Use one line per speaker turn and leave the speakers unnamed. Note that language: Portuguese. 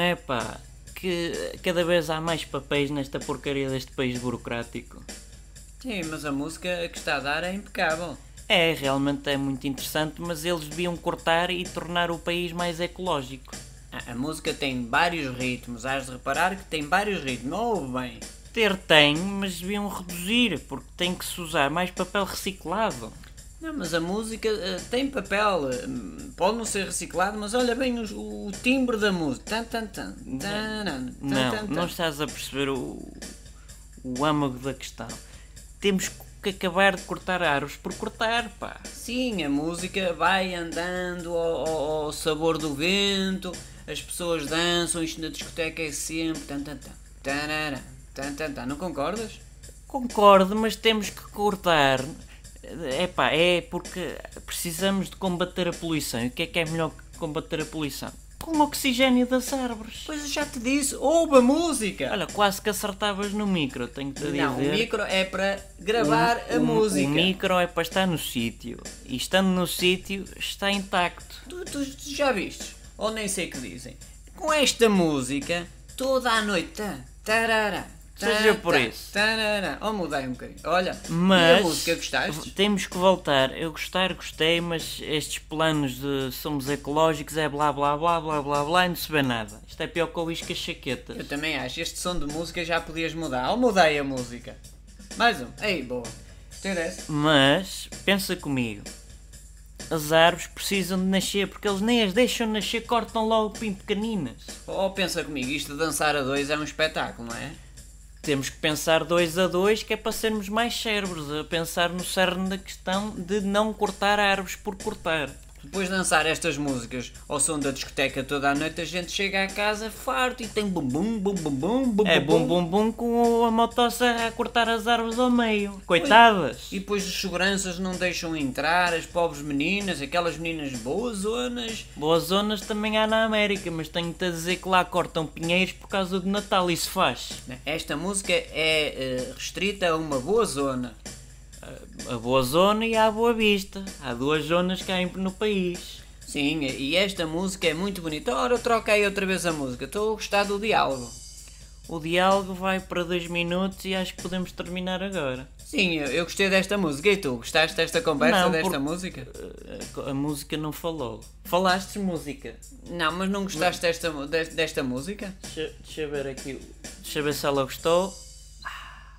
é, pá? Que cada vez há mais papéis nesta porcaria deste país burocrático.
Sim, mas a música que está a dar é impecável.
É, realmente é muito interessante, mas eles deviam cortar e tornar o país mais ecológico.
A, a música tem vários ritmos, hás de reparar que tem vários ritmos, ouve bem.
Ter tem, mas deviam reduzir, porque tem que se usar mais papel reciclado.
Não, mas a música eh, tem papel, eh, pode não ser reciclado, mas olha bem os- o, o timbre da música. Tan, tan, tan, tan, tan,
Não,
tan, tan.
não estás a perceber o, o âmago da questão. Temos que acabar de cortar aros por cortar, pá.
Sim, a música vai andando ao, ao- ao sabor do vento, as pessoas dançam, isto na discoteca é sempre. Tan, tan, tan, tarara, tan, tan, tan. Não concordas?
Concordo, mas temos que cortar. É pá, é porque precisamos de combater a poluição. E o que é que é melhor que combater a poluição? Com o oxigênio das árvores.
Pois eu já te disse, ouve a música!
Olha, quase que acertavas no micro, tenho que te dizer.
não, o micro é para gravar a
O-
música.
O micro é para estar no sítio. E estando no sítio, está intacto.
Tu, tu já vistes? Ou nem sei o que dizem. Com esta música, toda a noite. tá, Tarara, tá,
Seja por
tá,
isso.
Tarara. Ou mudei um bocadinho. Olha,
Mas
e a música gostaste?
temos que voltar. Eu gostar, gostei, mas estes planos de somos ecológicos é blá blá blá blá blá blá e não se vê nada. Isto é pior que ouvir com as
Eu
chaquetas.
também acho. Este som de música já podias mudar. Ou mudei a música. Mais um. Ei, boa. Gostei dessa?
Mas pensa comigo. As árvores precisam de nascer porque eles nem as deixam nascer, cortam logo em pequeninas.
Ou Oh, pensa comigo, isto de dançar a dois é um espetáculo, não é?
Temos que pensar dois a dois, que é para sermos mais cérebros, a pensar no cerne da questão de não cortar árvores por cortar.
Depois de dançar estas músicas ao som da discoteca toda a noite, a gente chega à casa farto e tem bum bum bum bum bum bum
É bum bum bum com a motosserra a cortar as árvores ao meio. Coitadas!
E depois os seguranças não deixam entrar as pobres meninas, aquelas meninas boas zonas.
Boas zonas também há na América, mas tenho-te a dizer que lá cortam pinheiros por causa do Natal, isso faz.
Esta música é eh, restrita a uma boa zona.
A boa zona e a boa vista. Há duas zonas que há em- no país.
Sim, e esta música é muito bonita. Ora, troca aí outra vez a música. Estou a gostar do diálogo.
O diálogo vai para dois minutos e acho que podemos terminar agora.
Sim, eu, eu gostei desta música. E tu, gostaste desta conversa,
Não,
desta
por-
música?
Uh, A, a música não falou. Falaste música.
Não, mas não gostaste desta, mu- des- desta música?
Deixa, deixa eu ver aqui. o- Deixa eu ver se ela gostou. Ah.